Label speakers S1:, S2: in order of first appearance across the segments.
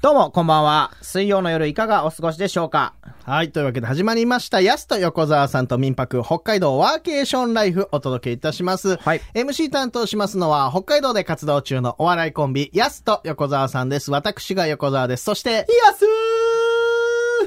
S1: どうも、こんばんは。水曜の夜いかがお過ごしでしょうか
S2: はい。というわけで始まりました。やすと横澤さんと民泊北海道ワーケーションライフお届けいたします。
S1: はい。
S2: MC 担当しますのは北海道で活動中のお笑いコンビ、やすと横澤さんです。私が横澤です。そして、
S1: やす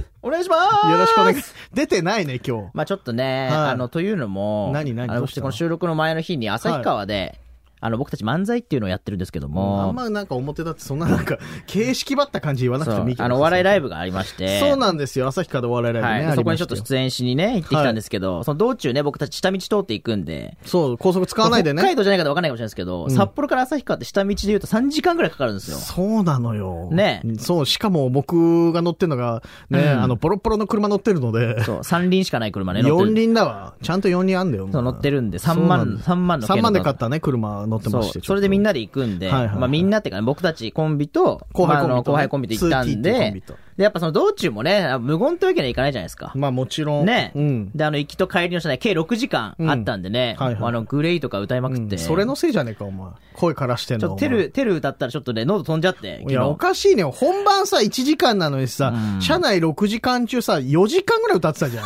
S1: ーお願いしまー
S2: よろしくお願い。出てないね、今日。
S1: まあちょっとね、
S2: はい
S1: あの、というのも、
S2: 何何
S1: あの
S2: どう
S1: 私
S2: した
S1: こ
S2: の
S1: の収録の前の日に旭川で、あの、僕たち漫才っていうのをやってるんですけども、
S2: あんまなんか表だってそんなな んか、形式ばった感じ言わなく
S1: そ
S2: てもいうい、けど。
S1: あの、お笑い
S2: イ
S1: ライブがありまして、
S2: そうなんですよ。朝日からお笑いライブね。
S1: はい
S2: あ
S1: で、そこにちょ
S2: ま
S1: っ
S2: した
S1: と
S2: よ
S1: 出演しにね、行ってきたんですけど、その道中ね、僕たち下道通っていくんで、
S2: そう、高速使わないで
S1: 北
S2: ね
S1: 海。道じゃないかと分かんないかもしれないですけど、
S2: ん
S1: 札幌から旭川って下道で言うと3時間ぐらいかかるんですよ。
S2: そうなのよ。
S1: ね
S2: うんそう、しかも僕が乗ってるのが、ね、
S1: うん
S2: あの、ポロポロの車乗ってるので。
S1: そう、三輪しかない車ね、乗ってる。
S2: 四輪だわ。ちゃんと四輪あんだよ。
S1: そう乗ってるんで
S2: そう
S1: 3
S2: なん
S1: 万、
S2: だ
S1: 3万の
S2: 3万で買ったたね、車乗ってまし
S1: そ
S2: て。
S1: う。それでみん
S2: な、
S1: なで行くんで、
S2: はいはいはい
S1: まあみんなっていうかね、僕たちコンビと、
S2: 後輩コンビとね
S1: まああの後輩コンビで行ったん
S2: 2T っていうコ
S1: で
S2: ンビと、
S1: で、やっぱその道中もね、あ無言というわけにはいかないじゃないですか。
S2: まあもちろん。
S1: ね、
S2: うん。
S1: で、あの、行きと帰りの車内、計6時間あったんでね、
S2: うんはいはい
S1: あの、グレイとか歌いまくって、
S2: うんそれのせいじゃねえか、お前。声からしてん
S1: ちょっ
S2: の。
S1: とテ
S2: お前
S1: ル、テル歌ったらちょっとね、喉飛んじゃって、昨
S2: い
S1: 日
S2: や、おかしいね。本番さ、1時間なのにさ
S1: う、ん
S2: 車内6時間中さ、4時間ぐらい歌ってた じゃん。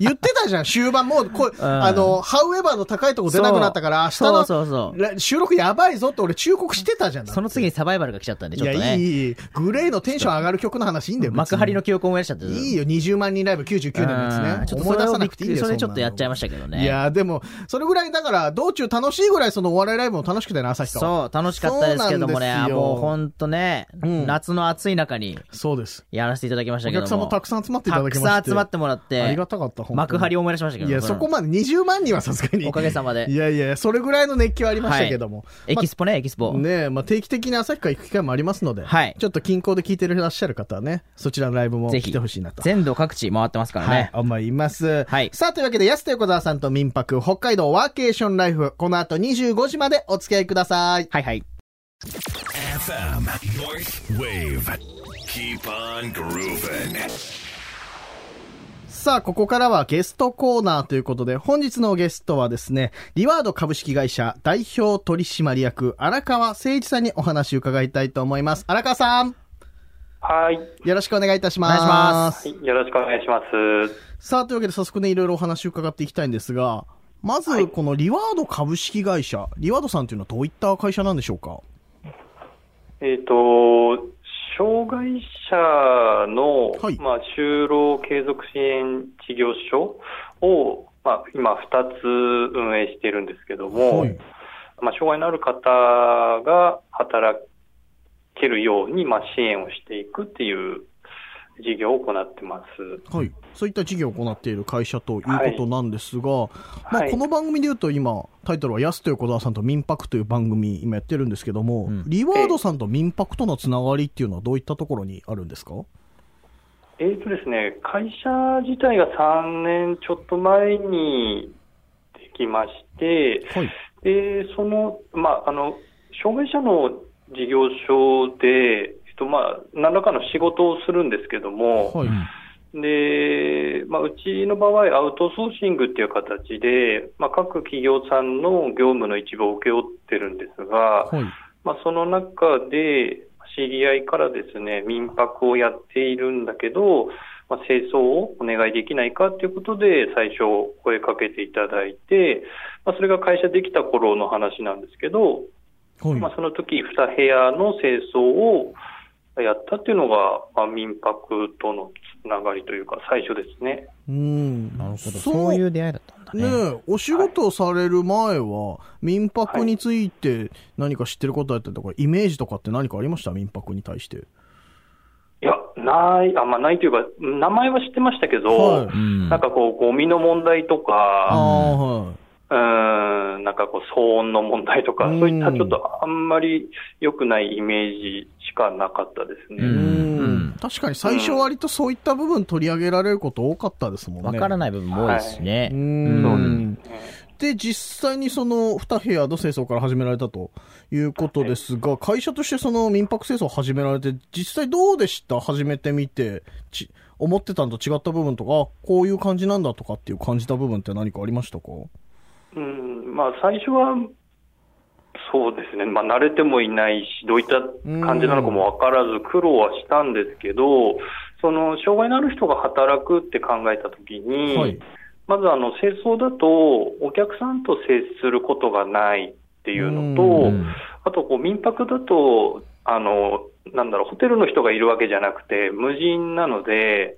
S2: 言ってたじゃん、終盤。もう、こう、
S1: ん
S2: あの、ハウエバーの高いとこ出なくなったから、明日
S1: そうそうそうそう。
S2: の収録やばいぞって俺忠告してたじゃん。
S1: その次にサバイバルが来ちゃったんで、
S2: い
S1: ちょ
S2: や、
S1: っ
S2: い
S1: と
S2: い
S1: ね。、
S2: いいグレーのテンション上がる曲の話いいんだよ。
S1: 幕張の記憶を思い出しちゃって。
S2: いいよ、20万人ライブ99年のや
S1: うん
S2: つ
S1: ち
S2: ね。
S1: ょっとそ
S2: 思
S1: れ
S2: い出
S1: を
S2: さ
S1: び
S2: な
S1: っ
S2: く
S1: く
S2: ていいん
S1: り
S2: だよ。
S1: それちょっとやっちゃいま
S2: し
S1: したけど
S2: た
S1: ね。
S2: いや、でも、それぐらい、だから、道中楽しいぐらい、そのお笑いライブも楽しくてね、旭川。
S1: そう、楽しかったですけども
S2: そう
S1: ね
S2: なんで、すよ
S1: もうほんとね、
S2: うん
S1: 夏の暑い中に
S2: そうです。
S1: やらせていただきました
S2: お
S1: けども。
S2: 客さんもたくさん集まっていた
S1: た
S2: だ
S1: く
S2: きまして。
S1: さん集まってもらっ
S2: あり
S1: て、
S2: がたかった、本当に
S1: 幕張を思い出しましたけど
S2: いや、そこ
S1: も。
S2: まで20万人はさすがに。
S1: おかげさまで
S2: い。やいや、それぐらいの熱気はありましたけども。
S1: エキスポね、エキスポ。
S2: ねえ、まあ、定期的に旭川行く機会もありますので、
S1: はい
S2: ちょっと近郊で聞いてらっしゃる方はね、そちらのライブも
S1: ぜひ
S2: 来てほしいなと。
S1: 全土各地回ってますから
S2: はい
S1: ね、。
S2: 思います。
S1: はい
S2: さあ、というわけで、安田横澤さんと民泊、北海道ワーケーションライフ、この後25時までお付き合いください。
S1: はいはい。
S3: FM North Wave. Keep on grooving.
S2: さあ、ここからはゲストコーナーということで、本日のゲストはですね、リワード株式会社代表取締役、荒川誠一さんにお話を伺いたいと思います。荒川さん、
S4: はい。は
S2: よろしくお願いいたします。
S1: お願いします
S4: いよろしくお願いします。
S2: さあ、というわけで早速ね、いろいろお話を伺っていきたいんですが、まず、このリワード株式会社、リワードさんというのはどういった会社なんでしょうか
S4: えっ、と、障害者の、
S2: はい
S4: まあ、就労継続支援事業所を、まあ、今2つ運営しているんですけども、
S2: はい
S4: まあ、障害のある方が働けるように、まあ、支援をしていくっていう事業を行ってます。
S2: はい、そういった事業を行っている会社ということなんですが、まあ、
S4: はい
S2: この番組でいうと今タイトルは「やすと横澤さんと民泊」という番組今やってるんですけども、
S1: うん
S2: リワードさんと民泊とのつながりっていうのはどういったところにあるんですか、
S4: えーとですね、会社自体が3年ちょっと前にできまして、
S2: はい
S4: でその、まあ、あの障害者の事業所で、えっとまあ、何らかの仕事をするんですけども、
S2: はい
S4: でまあ、うちの場合、アウトソーシングっていう形で、まあ、各企業さんの業務の一部を請け負ってるんですが、
S2: はい
S4: まあ、その中で、知り合いからですね、民泊をやっているんだけど、まあ、清掃をお願いできないかということで、最初声かけていただいて、まあ、それが会社できた頃の話なんですけど、
S2: はい
S4: まあ、その時2部屋の清掃をやったっていうのが、まあ、民泊とのつながりというか、最初ですね。
S2: うん
S1: なるほど。
S2: そ
S1: そう
S2: う
S1: い
S2: いう
S1: う出会いだったんだ
S2: ね
S1: ね。
S2: えお仕事をされる前は、民泊について何か知ってることだったりとか、イメージとかって何かありました民泊に対して。
S4: いや、ない、あ、まあ、ないというか、名前は知ってましたけど、
S2: はい
S1: うん
S4: なんかこう、ゴミの問題と
S2: あ
S4: か、
S2: あ、はい。
S4: うーん、なんかこう、騒音の問題とか、
S2: うん
S4: そういったちょっとあんまり良くないイメージしかなかったですね。
S1: う
S2: うんん確かに最初割とそういった部分取り上げられること多かったですもんね。
S1: わからない部分も多いですしね。
S2: う
S1: うん
S2: ん。で、実際にその2部屋の清掃から始められたということですが、会社としてその民泊清掃を始められて、実際どうでした始めてみて、ち思ってたのと違った部分とか、あこういう感じなんだとかっていう感じた部分って何かありましたか
S4: うん、まあ、最初は、そうですね、まあ、慣れてもいないし、どういった感じなのかも分からず、苦労はしたんですけど、その障害のある人が働くって考えたときに、
S2: はい
S4: まずあの清掃だと、お客さんと接することがないっていうのと、
S2: うん
S4: あとこう民泊だとあの、なんだろう、ホテルの人がいるわけじゃなくて、無人なので、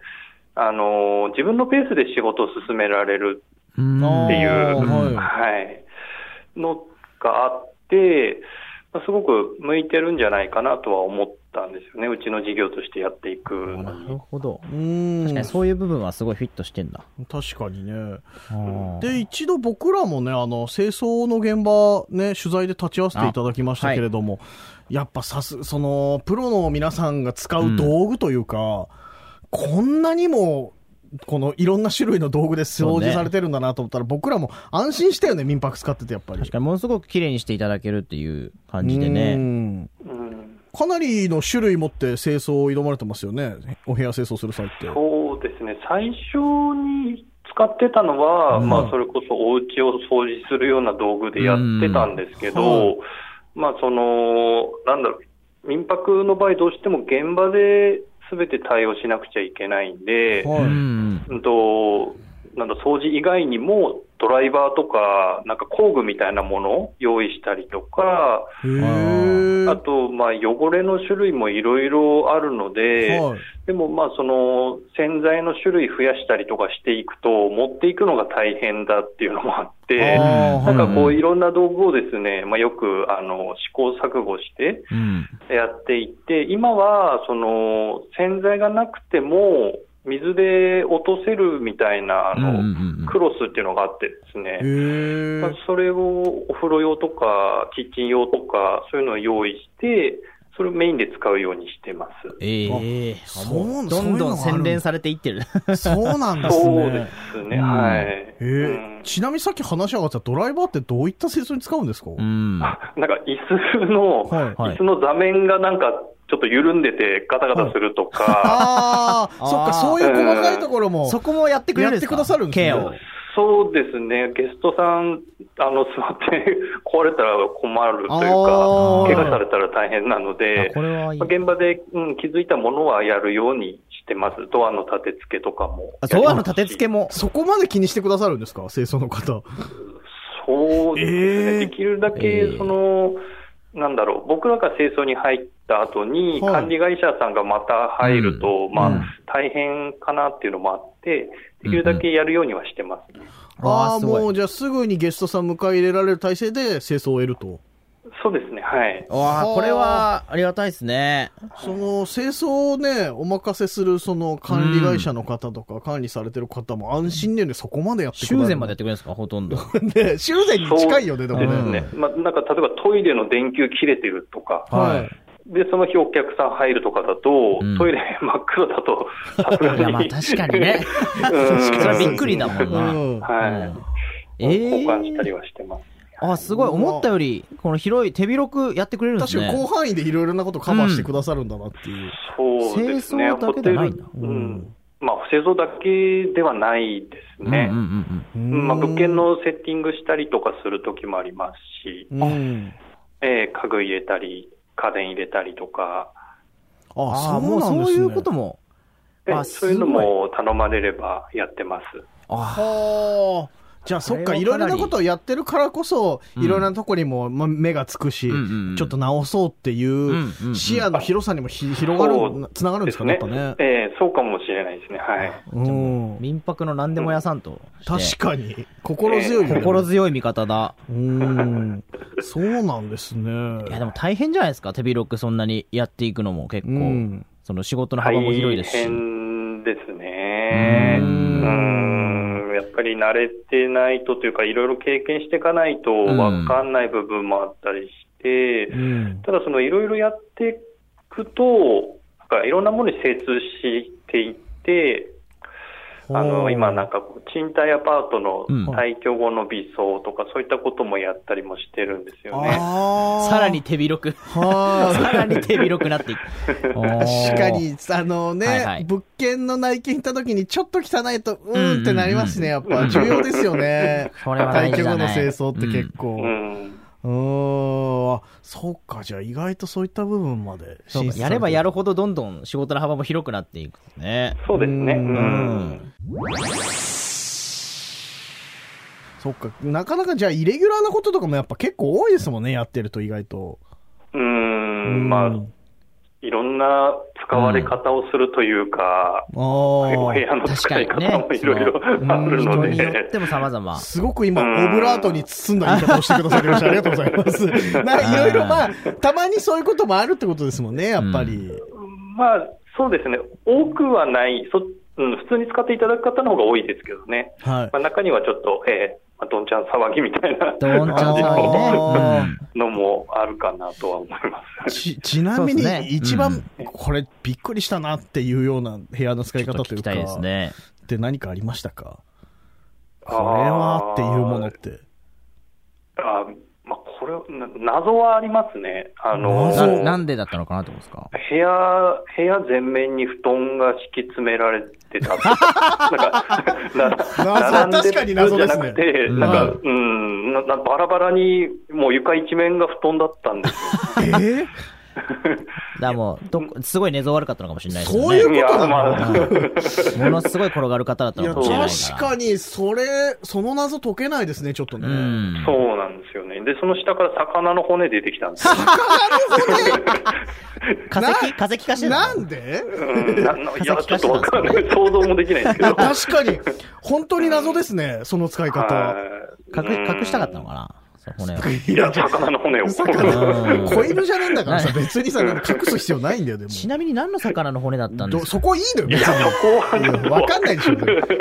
S4: あの自分のペースで仕事を進められる
S1: うん
S4: っていう、
S2: あー
S4: はい、のがあって、まあすごく向いてるんじゃないかなとは思ったんですよね、うちの事業としてやっていくの
S1: な
S4: に。
S1: るほど。
S2: うん
S1: 確かにそういう部分はすごいフィットしてんだ。
S2: 確かにね。
S1: あー
S2: で、一度僕らもね、あの、清掃の現場ね、取材で立ち会わせていただきましたけれども、やっぱさす、その、プロの皆さんが使う道具というか、こんなにも、このいろんな種類の道具で掃
S1: そう
S2: 除
S1: ね
S2: されてるんだなと思ったら、僕らも安心したよね、民泊使ってて、やっぱり。
S1: 確かにものすごく綺麗にしていただけるっていう感じで
S2: う
S1: ね。
S2: ん
S4: うん
S2: かなりの種類持って清掃を挑まれてますよね、お部屋清掃する際って。
S4: そうですね、最初に使ってたのは、
S2: うん
S4: まあ、それこそお家を掃除するような道具でやってたんですけど、まあ、その、なんだろう、民泊の場合、どうしても現場で全て対応しなくちゃいけないんで、
S1: う
S2: はい
S1: ん。
S4: うんと、なんだ、掃除以外にも、ドライバーとか、なんか工具みたいなものを用意したりとか、
S2: へー
S4: あと、まあ、汚れの種類もいろいろあるので、
S2: はい
S4: でも、まあ、その、洗剤の種類増やしたりとかしていくと、持っていくのが大変だっていうのもあって、
S2: あ
S4: な
S2: ー
S4: んかこ
S1: う
S4: う、
S1: ん
S4: いろんな道具をですね、まあ、よく、あの、試行錯誤して、
S1: うん。
S4: やっていって、今はその洗剤がなくても、水で落とせるみたいなあ
S1: うんうんう
S4: の、
S1: ん
S4: クロスっていうのがあってです
S2: へ
S4: ね、
S2: ー
S4: まあ、それをお風呂用とか、キッチン用とか、そういうのを用意して、それをメインで使うようにしてます。
S1: ええー。
S2: あそう
S1: もどんどん
S2: そういうのがある
S1: 洗練されていってる。
S2: そうなんです
S4: そう
S2: ね
S4: で。すね、
S1: うん
S4: はい。
S2: え
S4: うん
S2: ちなみにさっき話し上がったドライバーってどういった清掃に使うんですか、
S1: うん。
S4: なんか椅子の、
S2: はい
S1: はい
S4: 椅子の座面がなんかちょっと緩んでてガタガタするとか、
S2: ああ、
S1: あー
S2: そっか、そういう細かいところも。
S1: そこもやってくれるんですか
S2: やってくださるんですね
S1: ケアを。
S4: そうですね、ゲストさん、あの座って壊れたら困るという
S2: あ
S4: か
S1: ー、
S4: 怪我されたら大変なので
S1: あ、これはいい
S4: まあ。現場で、うん、気づいたものはやるようにしてます、ドアの立て付けとかも。
S1: あドアの立て付けも。
S2: そこまで気にしてくださるんですか清掃の方。
S4: そうですね、
S2: えー
S4: できるだ
S1: え
S4: け
S1: ー
S4: その、なんだろう、僕らが清掃に入った後に、
S2: はい
S4: 管理会社さんがまた入ると、
S1: うん
S4: まあ、
S1: うん
S4: 大変かなっていうのもあって、できるだけやるようにはしてます、
S2: ああー、
S1: すごい
S2: もうじゃあすぐにゲストさん迎え入れられる体制で清掃を得ると。
S4: そうですね、はい。
S1: わあ、
S2: はあ
S1: これはありがたいですね。
S2: その清掃をね、お任せするその管理会社の方とか管理されてる方も安心でね、そこまでやってくれ
S1: 修
S2: る。
S1: 繕 までやってくれるんですか、ほとんど。
S2: で、修繕に近いよね、で
S4: で
S2: も
S4: す
S2: ね。
S4: ね。まあ、なんか、例えばトイレの電球切れてるとか、
S2: はい。
S4: で、その日お客さん入るとかだと、
S1: うん
S4: トイレ真っ黒だと、さすが
S1: いや、
S4: に。
S1: まあ確かにね。
S4: うん。
S1: それはびっくりだもん
S2: う
S1: な。
S2: ん。
S4: はい。
S1: ええ
S4: 交換したりはしてます。
S1: あ、すごい。思ったより、この広い手広くやってくれるんで
S2: 確
S1: す
S2: かに
S1: ね。
S2: 広範囲でいろいろなことをカバーしてくださるんだなっていう。
S4: そうですね。
S1: 清掃だけではないんだ
S4: ホテルうん。まあ、清掃だけではないですね。
S1: うんうんうん
S4: うんまあ、物件のセッティングしたりとかするときもありますし、
S2: うん。
S4: えー家具入れたり、家電入れたりとか、
S1: うん。
S2: あ
S1: ああ、もうそういうことも。
S4: え
S1: あ
S4: そういうのも頼まれればやってます。
S1: あ
S2: はあ。じゃあそっ
S1: こ
S2: か、
S1: れ
S2: い
S1: はか
S2: ろい
S1: な
S2: ろ
S1: り
S2: なことをやってるからこそ、
S1: うん
S2: いろいろなとこにも、ま、目がつくし、
S1: うんうんうん
S2: ちょっと直そうってい
S1: ん
S2: う
S1: うんう
S2: うん視野の広さにもひ広が
S4: そ
S2: る
S4: う、
S2: つながるんですかね、やっぱね。
S4: えーそうかもしれないですね。はい。
S1: あ。じゃあ
S2: う。
S1: もうん民泊の何でも屋さんとして。
S2: 確かに。心強いよね。
S1: 心強い味方だ。
S2: うん。そうなんですね。
S1: いや、でも大変じゃないですか、手広くそんなにやっていくのも結
S2: う
S1: 構。
S2: ん。
S1: その仕事の
S4: 大
S1: 幅も広いですし。
S4: 変ですね。
S1: うー
S4: う
S2: ん
S4: んやっぱり慣れてないとというか、いろいろ経験していかないと
S1: うん
S4: 分かんない部分もあったりして、
S2: うん。
S4: ただ、そのいろいろやっていくと、なんかいろんなものに精通していって、
S2: ほ
S4: あの
S2: う
S4: 今、なんかこう賃貸アパートの
S1: うん
S4: 退去後の微装とか、そういったこともやったりもしてるんですよね。
S2: あー
S1: さらに。手広 く。
S2: は
S1: さらに手広くなっていく。
S2: 確
S1: 確
S2: か。に、あのね、
S1: はいはい
S2: 物件の内見行った時にちょっと汚いと、うーんってなりますね、やっ
S4: う
S2: ぱ。
S4: ん
S2: 重要ですよね。
S1: これは大事だね
S2: 後の清掃って結構。
S4: うん
S2: うーんあそうかじゃあ意外とそういった部分まで
S1: そう
S2: 進
S1: か
S2: 出
S1: やればや
S2: る
S1: るほどどんどん仕事の幅も広くなっていくね。
S4: そうですね。
S2: う
S4: うんん。
S2: そっかなかなかじゃあイレギュラーなこととかもやっぱ結構多いですもんねやってると意外と
S4: うん。まあ、いろんな使われ方をするというか、
S2: あー
S4: お部屋の使い方もいろいろ
S2: ね
S4: あるの
S2: うん
S4: で、
S2: 人によ
S1: でも様々。
S2: すごく今、オブラートに包んだ言い方をして くださりました。ありがとうございます。 ないろいろまあ、たまにそういうこともあるってことですもんね、やっぱり。
S4: まあ、そうですね。多くはない。そうん、普通に使っていただく方の方が多いですけどね。
S2: はい。
S4: まあ、中にはちょっと、えーまあ、どんちゃん騒ぎみたいな
S1: どんちゃん騒ぎ
S2: あー
S1: ね。
S4: のもあるかなとは思います。
S2: ち、ちなみに
S1: そうですね
S2: 一番、これびっくりしたなっていうような部屋の使
S1: う
S2: い
S1: ん。ちょっ
S2: 方
S1: と聞
S2: という
S1: き
S2: か、
S1: たいですね。
S2: って何かありましたかこ
S4: あ
S2: れ
S4: ー
S2: はっていうものって。
S4: あーまあ、これな、謎はありますね。あの、
S2: 謎
S1: な
S2: そう
S1: なんでだったのかなと思うんですか
S4: 部屋、部屋全面に布団が敷き詰められてた。なんか、な
S2: 謎
S4: 並ん
S2: 確かに謎ですね
S4: じゃなくて、
S1: うん
S4: なんか、うん、ななバラバラに、もう床一面が布団だったんですよ。
S2: えー
S1: だからもうどこ、すごい寝相悪かったのかもしれないですよね。
S2: そういうことな、
S4: いや
S2: の
S4: まあ、
S1: も のすごい転がる方だった
S2: いや、
S1: のかもしれないから。
S2: 確かに、それ、その謎解けないですね、ちょっとね。
S1: うん。
S4: そうなんですよね。で、その下から魚の骨出てきたんですよ。
S1: 化石化石化してるの
S2: なんで
S4: うん、なないや、
S1: 化石
S4: ち
S1: 化
S4: ょっとわかんない。想像もできないんです け
S2: いや
S4: ど。
S2: 確かに、本当に謎ですね、その使い方。
S1: 隠隠したかったの
S4: か
S1: かなその骨を。
S4: いや、魚の骨を。
S2: さ
S1: うん
S2: 子犬じゃねえんだからさ、
S1: な
S2: 別にさ、なんか隠す必要ないんだよ、でも。
S1: ちなみに何の魚の骨だったんです
S2: ど
S1: か
S2: そこいいのよ、別に。うんわかんないでしょ、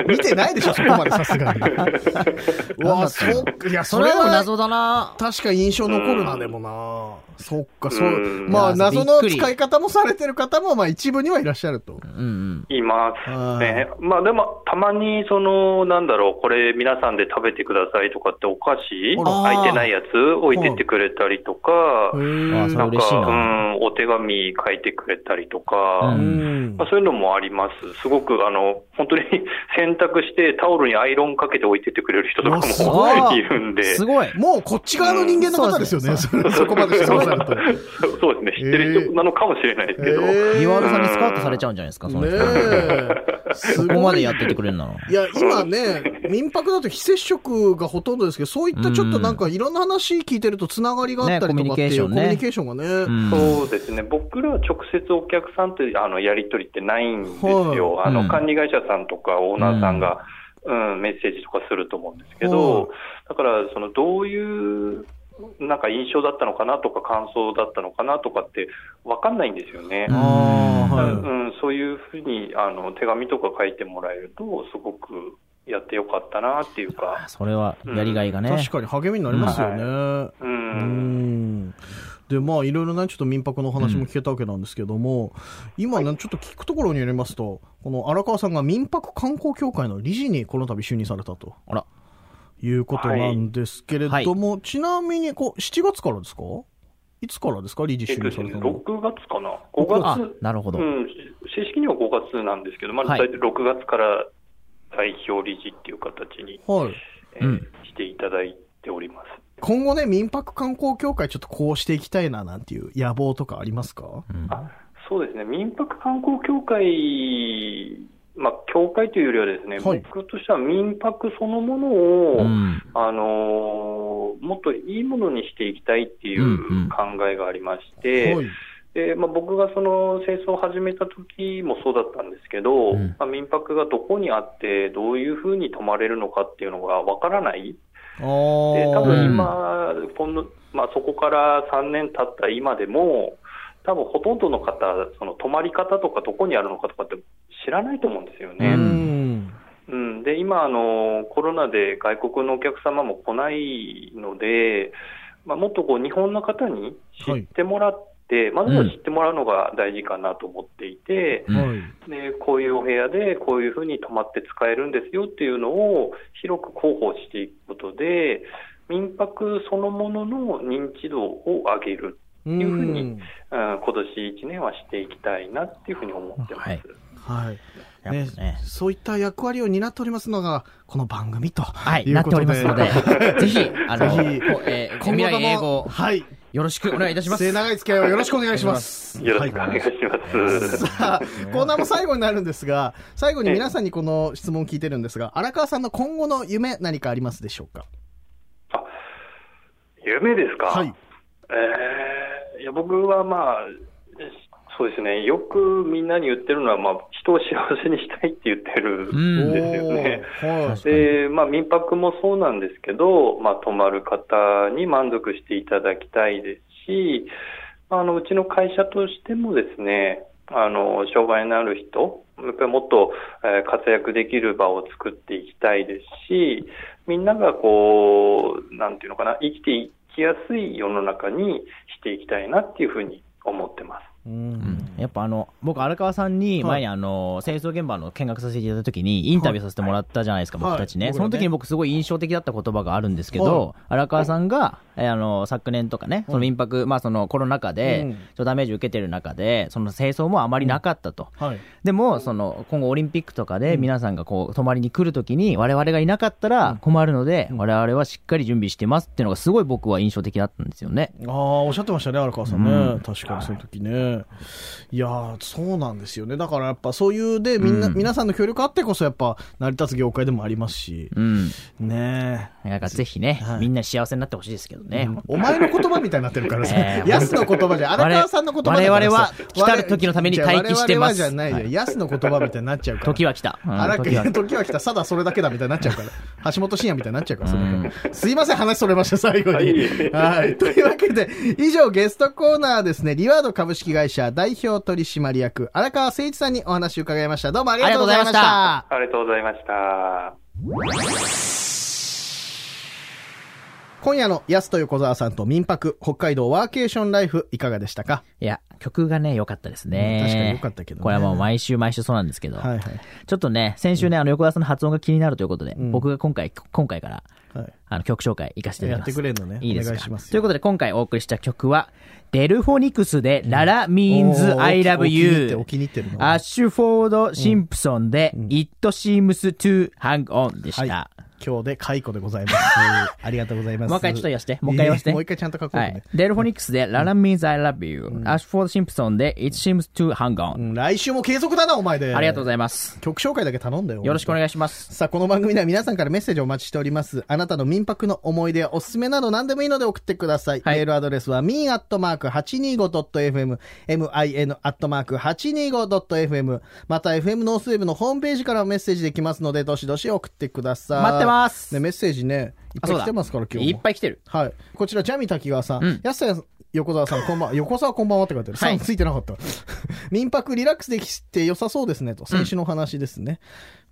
S2: 見てないでしょ、そこまでさすが に。う
S1: なんだ
S2: わ、
S1: った
S2: そ
S1: の
S2: っか、いや、
S1: そ
S2: それ
S1: れは
S2: は
S1: 謎だな
S2: 確か印象残る
S4: う
S2: な、
S4: ん
S2: でもな。そっか、そうう。
S4: ん
S2: まあ、
S1: いや
S2: 謎
S1: びっ
S2: の
S1: くり
S2: 使い方もされてる方も、まあ、一部にはいらっしゃると。
S1: うんうん。
S4: いますね。まあでも、たまに、その、なんだろう、これ皆さんで食べてくださいとかってお菓子、
S2: あら
S4: 空いてないやつ置いてってくれたりとか
S2: へ、
S1: あそ
S2: ー
S1: れ
S4: なん
S1: 嬉しい
S4: か、
S1: な
S4: うん、お手紙書いてくれたりとか
S1: う
S2: う、
S1: ん
S2: ん
S4: まあ、そういうのもあります。すごく、あの、本当に 洗濯してタオルにアイロンかけて置いてってくれる人と
S2: うわす
S4: か
S1: ご
S4: も
S1: い
S4: いるんで。
S1: すごい。
S2: もうこっち側の人間の方ですよね、それそこまでしてくださると。
S4: そうそうですね。知ってる人なのかもしれないですけど。
S2: へー
S1: リワードさんにスカウトされちゃうんじゃないですか、その
S2: ね
S1: 人。
S2: え。
S1: こ
S2: す
S1: こま
S2: ご
S1: で
S2: い。い
S1: やっててくれるなら。
S2: や、今ね、民泊だと非接触がほとんどですけど、そういったちょっとなんかいろんな話聞いてるとつながりがあったりとかっていう、
S1: ねコ
S2: コミ
S1: ミュニケーションね
S2: ュニケーションがね。
S1: うん
S4: そうですね、僕らは直接お客さんとあのやり取りってないんですよ、
S1: はい
S4: あの
S1: うん
S4: 管理会社さんとかオーナーさんが、うんメッセージとかすると思うんですけ
S2: は
S4: ど、だからそのどういうなんか印象だったのかなとか、感想だったのかなとかって分かんないんですよね。
S1: うん
S2: ああ、
S4: う
S2: はい。
S4: ん、そういうふうにあの手紙とか書いてもらえると、すごくやってよかったなっていうか、
S1: それは、やりがいがね。
S2: 確かに励みになりますよね。う
S4: う、
S2: んんでまあ、いろいろね、ちょっと民泊の話も聞けたわけなんですけども、今ね、ちょっと聞くところによりますと、この荒川さんが民泊観光協会の理事にこの度就任されたと
S1: あら。
S2: いうことなんですけれども、ちなみにこう7月からですかいつからですか、理事
S4: えっ
S2: 就任
S4: とです
S2: され
S4: ね、
S2: た
S4: 6
S2: の。
S4: 月かな、
S1: あ
S4: 5月、
S1: なるほど。
S4: うん、正式には5月なんですけど、まあ、
S1: はい
S4: 大体6月から代表理事っていう形に、
S2: はい、
S4: えー
S1: うん
S4: していただいております。
S2: 今後ね、民泊観光協会、ちょっとこうしていきたいななんていう野望とかありますか、
S1: うん
S4: あそうですね、民泊観光協会、まあ、協会というよりはですね、
S2: はい
S4: 僕としては民泊そのものを、
S1: うん。
S4: あのーもっといいものにしていきたいってい
S1: んう
S4: ううん考えがありまして、
S2: はい
S4: でまあ、僕がその清掃を始めた時もそうだったんですけど、
S1: うん
S4: まあ、民泊がどこにあって、どういうふうに泊まれるのかっていうのがわからない、
S2: あ
S4: で
S2: ー
S4: 多分今、このまあ、そこから3年経った今でも、多分ほとんどの方、その泊まり方とか、どこにあるのかとかって知らないと思うんですよ
S2: う
S4: ね。
S2: ん
S4: うんで、今あの、コロナで外国のお客様も来ないので、まあ、もっとこう日本の方に知ってもらって、まずは知ってもらうのが大事かなと思っていて、
S1: うん
S2: はい
S4: でこういうお部屋でこういうふうに泊まって使えるんですよっていうのを広く広報していくことで民泊そのものの認知度を上げる
S2: ううん
S4: いうふうにうん今年1年はしていきたいなっていうふうに思ってます。
S1: はいや
S2: はい。
S1: っぱね
S2: ね、そういった役割を担っておりますのが、この番組と。
S1: はい、
S2: い
S1: なっ
S2: うこ
S1: て
S2: と
S1: おりますので、ぜひ、あの、
S2: ぜひ
S1: こえー、未
S2: 今後
S1: 来
S2: と
S1: 英語
S2: も、
S1: を
S2: はい。
S1: よろしくお願いいたします。
S2: 末永い付き合いをよろしくお願いします。
S4: よろしくお願いします。
S2: さあ、コーナーも最後になるんですが、最後に皆さんにこの質問を聞いてるんですが、荒川さんの今後の夢何かありますでしょうか
S4: 夢ですか、
S2: はい。
S4: えーいや僕はまあ、そうですね、よくみんなに言ってるのは、まあ、人を幸せにしたいって言ってる。
S1: うん
S2: お
S4: ですよね
S2: ーはい
S1: 確かに
S4: でまあ、民泊もそうなんですけど、まあ、泊まる方に満足していただきたいですし、あのうちの会社としてもですね、あの障害のある人、やっぱりもっと、えー活躍できる場を作っていきたいですし、みんながこう、なんていうのかな、生きていきやすい世の中にしていきたいなっていうふうに思ってます。
S2: うん
S1: うんやっぱあの僕、荒川さんに前にあの、清掃現場の見学させていただいたときにインタビューさせてもらったじゃないですか、
S2: はい
S1: 僕たちね、
S2: はい
S1: その時に僕、すごい印象的だった言葉があるんですけど、荒川さんが、えーあの昨年とかね、その民泊、まあ、そのコロナ禍で、
S2: うん
S1: ちょっとダメージ受けてる中で、その清掃もあまりなかったと。
S2: はい。
S1: でも、その今後、オリンピックとかで皆さんがこう泊まりに来るときに、我々がいなかったら困るので、我々はしっかり準備してますっていうのが、すごい僕は印象的だったんですよね。
S2: ああ、おっしゃってましたね、荒川さんね。
S1: うん
S2: 確かに、その時ね。いやー、そうなんですよね。だからやっぱ、そういうで、みんな、
S1: うん
S2: 皆さんの協力あってこそ、やっぱ、成り立つ業界でもありますし。
S1: うん。
S2: ね
S1: なんかぜひね、
S2: はい
S1: みんな幸せになってほしいですけどね。
S2: え、
S1: 本当
S2: お前の言葉みたいになってるから さ。
S1: ええ
S2: ヤスの言葉じゃ、荒川さんの言葉だから
S1: 我
S2: さ
S1: 々は来たる時のために待機してます
S2: 我々はじゃない
S1: は
S2: じゃん。ヤスの言葉みたいになっちゃうから。
S1: 時は来た。うん
S2: 荒
S1: 時は
S2: 川、 時は来た、さだそれだけだみたいになっちゃうから、橋本真也みたいになっちゃうから、それすいません、話それました、最後
S4: はい
S2: に。 はい。というわけで、以上、ゲストコーナーですね、リワード株式会社代表取締役、荒川誠一さんにお話を伺いました。どうもありがとうございまし
S1: ありがとうござい
S2: た
S1: ま。
S4: ありがとうございました。
S2: 今夜の安と横澤さんと民泊、北海道ワーケーションライフ、いかがでしたか
S1: いや、曲がね、良かったですね。
S2: うん確かに良かったけどね
S1: これはもう毎週毎週そうなんですけど。
S2: はいはい。
S1: ちょっとね、先週ね、あの、横田さんの発音が気になるということで、
S2: ん
S1: 僕が今回、今回から、
S2: はい。
S1: あの、曲紹介行かせていただきます。
S2: やってくれんのね
S1: いいですか
S2: お願いしますよ
S1: ということで、今回お送りした曲は、デルフォニクスで、ララ means I love
S2: お
S1: you。
S2: 気に入ってお気に入ってる
S1: ア
S2: な
S1: ッシュフォード・シンプソンで、It seems to hang on でした。
S2: はい今日で解雇でござ います。ありがとうございます。
S1: もう一回ちょっと言わして。もう一回言わして。
S2: いいもう一回ちゃんと書こうと
S1: は
S2: ね。
S1: い。デルフォニクスで、ララ means I love you。アッシュフォード・シンプソンで、It seems to hang
S2: う
S1: on。
S2: ん来週も継続だな、お前で。
S1: ありがとうご
S2: い
S1: ざいます。
S2: ます。曲紹介だけ頼んだよ。
S1: よろしくお
S2: い
S1: 願いします。
S2: さあ、この番組では皆さんからメッセージをお待ちしております。あなたの民泊の思い出やおすすめなど何でもいいので送ってください。
S1: はい
S2: メールアドレスは min.825.fm、min.825.fm、また FM ノースウェブのホームページからもメッセージできますので、どしどし送ってください。
S1: 待ってます
S2: ね、メッセージね、いっ
S1: あ
S2: ぱい来てますから、今日も。
S1: いっぱい来てる。
S2: はい。こちら、ジャミ滝川さん。
S1: ん
S2: 安さん、横澤さん、こ んばんは。横澤こんばんはって書いてある。
S1: はい
S2: さんついてなかった。 民泊リラックスできて良さそうですね、と。先週のお話ですね。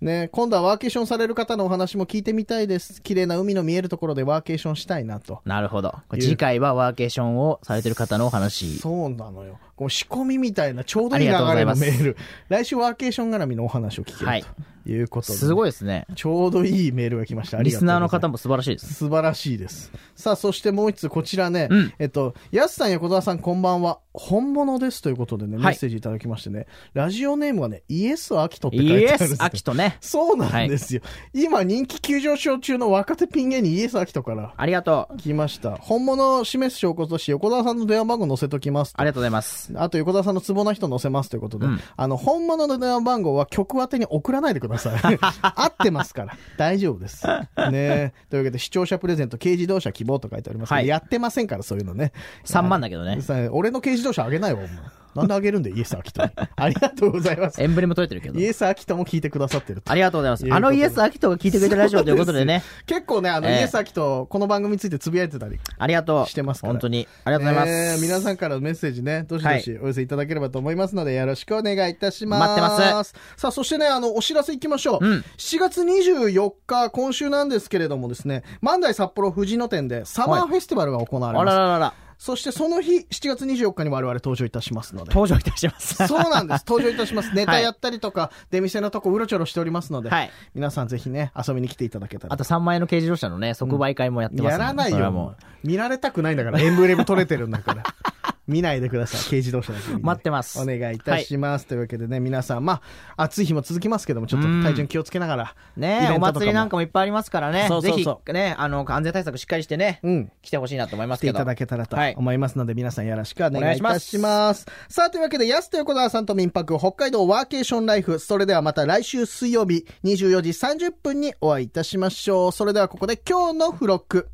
S2: ね今度はワーケーションされる方のお話も聞いてみたいです。綺麗な海の見えるところでワーケーションしたいな、と。
S1: なるほど。これ次回はワーケーションをされてる方のお話。
S2: そうなのよ。こう仕込みみたいな、ちょうどいい流
S1: あり
S2: れ
S1: がとうご
S2: の
S1: ざ
S2: メ
S1: います
S2: ール。来週ワーケーション絡みのお話を聞ける
S1: はい
S2: ということで。
S1: すごいですね。
S2: ちょうどいいメールが来ました。あり
S1: リ
S2: が
S1: ス
S2: とうご
S1: ナー
S2: ざいま
S1: の
S2: す
S1: 方も素晴らしいです。
S2: 素晴らしいです。さあ、そしてもう一つ、こちらね、
S1: ん
S2: えっと、やすさん、横澤さん、こんばんは。本物ですということでね、
S1: い
S2: メッセージいただきましてね、ラジオネームはね、イエス・アキトって書い
S1: イ
S2: てあるんで
S1: エ
S2: すよ
S1: ス、アキトね。
S2: そうなんですよ。今、人気急上昇中の若手ピン芸人、イエス・アキトから
S1: ありがとう。
S2: 来ました。本物を示す証拠として、横澤さんの電話番号載せときますと
S1: ありがとうございます。
S2: あと、横澤さんのツボな人載せますということで、
S1: うん
S2: あの、本物の電話番号は曲宛てに送らないでく ださい。合ってますから。大丈夫です。ねというわけで、視聴者プレゼント、軽自動車希望と書いてありますけど、
S1: はい
S2: やってませんから、そういうのね。
S1: 3万だけどね。
S2: さ俺の軽自動車あげないわ、お前。なんであげるんだよ、イエス・アキトに。ありがとうございます
S1: エ。ンブレム取れてるけど
S2: イ。エス・アキトも聞いてくださってると
S1: ありがとうございます
S2: いう。ことで
S1: あのイエス、アキトが聞いてくれてるラジオということでね。
S2: 結構ね、あの、
S1: ええ
S2: イエス・アキト、この番組についてつぶやいてたり。
S1: ありがとう。
S2: してますから
S1: 本当に。ありがとうござい
S2: え
S1: ま
S2: ー
S1: す。
S2: 皆さんからのメッセージね、どしどしお寄せいただければと思いますので、よろしくお願いいたします。。
S1: 待ってます
S2: さあ、そしてね、あの、お知らせいきましょう。
S1: うん
S2: 7月24日、今週なんですけれどもですね、万代札幌藤野店でサマーフェスティバルが行われ
S1: あ
S2: ます。
S1: らららら。
S2: そしてその日、7月24日に我々登場いたしますので。
S1: 登場いたします。
S2: そうなんです。登場いた します。ネタやったりとか、出店のとこうろちょろしておりますので、
S1: はい
S2: 皆さんぜひね、遊びに来ていただけたら
S1: あと3万円の軽自動車のね、即売会もやってますんで
S2: やらない
S1: それは
S2: よ。
S1: も
S2: 見られたくないんだから、エンブレム取れてるんだから。見ないでください。軽自動車だけ見ない。
S1: 待ってます
S2: お願いいたします。というわけでね、皆さん、まあ、暑い日も続きますけども、ちょっと体調に気をつけながら、イベン
S1: ね
S2: ト
S1: お
S2: とかも
S1: 祭りなんかもいっぱいありますからね
S2: そうそうそう
S1: ぜひねあの安全対策しっかりしてね、
S2: うん
S1: 来てほしいなと思いま
S2: 来
S1: す
S2: て
S1: け
S2: い
S1: ど
S2: ただけたらと
S1: はい
S2: 思いますので、皆さんよろしくお
S1: お
S2: 願
S1: 願
S2: い
S1: い
S2: い
S1: したま
S2: し
S1: す
S2: ます。さあ、というわけで、ヤスと横澤さんと民泊北海道ワーケーションライフ。それではまた来週水曜日24時30分にお会いいたしましょう。それではここで今日のフロック。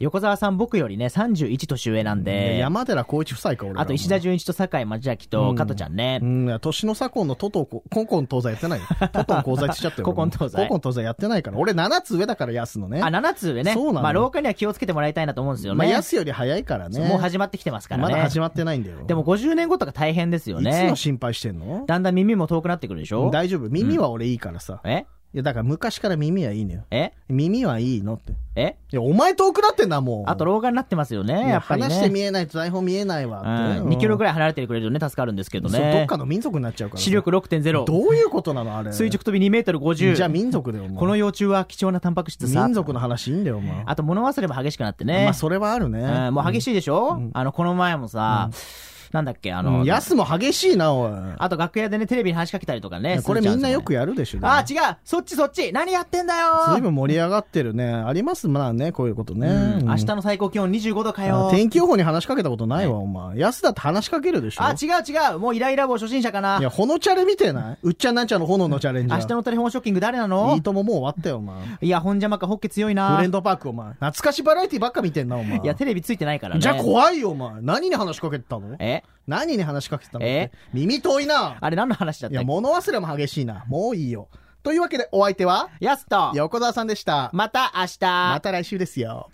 S1: 横澤さん僕よりね31年上なんで
S2: 山寺宏一夫妻か、俺らも
S1: あと石田純一と酒井町明と加トちゃんね、
S2: うん、いや年の左近のトトコ、コンコン東西やっ てないよ。トトン東西ってしちゃったよ。
S1: 古今東西
S2: コンコン東西やってないから。俺7つ上だから安のね。
S1: あ7つ上ね
S2: そうなの
S1: まあ、廊下には気をつけてもらいたいなと思うんですよね、
S2: まあ安より早いからね。
S1: もう始まってきてますから
S2: ま
S1: ね
S2: だ始まってないんだよ。
S1: でも、50年後とか大変ですよ
S2: いつ
S1: ね
S2: の心配してんの
S1: だんだん耳も遠くなってくるでしょ
S2: 大丈夫。耳は俺いいからさ。
S1: え
S2: いや、だから昔から耳はいいのよ。
S1: え
S2: 耳はいいのって。い
S1: え
S2: や、お前遠くなってんな、もう。
S1: あと老眼になってますよね
S2: いや
S1: やっぱりね
S2: 話して見えないと台本見えないわって。
S1: うん、2キロぐ
S2: ら
S1: らい
S2: い
S1: 離れてくれるとね助かるんですけどね
S2: どっかの民族になっちゃうから。
S1: 視力6.0
S2: どういうことなの、あれ。
S1: 垂直跳び2メートル50
S2: じゃあ民族だよ、お前。
S1: この幼虫は貴重なタンパク質さ
S2: 民族の話いいんだよ、お前。
S1: あと物忘れも激しくなってね、
S2: まあ、それはあるね。
S1: うん、もう激しいでしょ、あのこの前もさ、なんだっけあの、
S2: うんやすも激しいな、おい。
S1: あと楽屋でねテレビに話しかけたりとかね
S2: これ
S1: するじ
S2: み
S1: ゃ
S2: んなよく
S1: や
S2: やるでしょ。
S1: あ違うそっちそっち何やってんだよ
S2: ずいぶん盛り上がってるね。ありますまあね、こういうことね。
S1: うん明
S2: あ
S1: 日の最高気温25度かよ
S2: 天気予報に話しかけたことないわ、お前。安だって話しかけるでしょ。
S1: あ違う違うもうイライラ棒初心者かない
S2: や、ほのチャレ見てないうっちゃんなんちゃんの炎のチャレンジャ
S1: 明
S2: ー。
S1: 日のテレフォンショッキング誰なの
S2: いいとももう終わったよ、お前。フ
S1: いや本邪魔かホッケ強いな
S2: レンドパーク、お前。懐かしバラエティばっか見てんな、お前。
S1: いやテレビついてないからね
S2: じゃあ怖いよ、お前。何に話しかけてたの
S1: え
S2: 何に話しかけてたの
S1: え
S2: 耳遠いな。
S1: あれ何の話だっ
S2: い
S1: た
S2: や、
S1: っけ
S2: 物忘れも激しいな。もういいよ。というわけで、お相手は
S1: やすと
S2: 横澤さんでした。
S1: また明日
S2: また来週ですよ。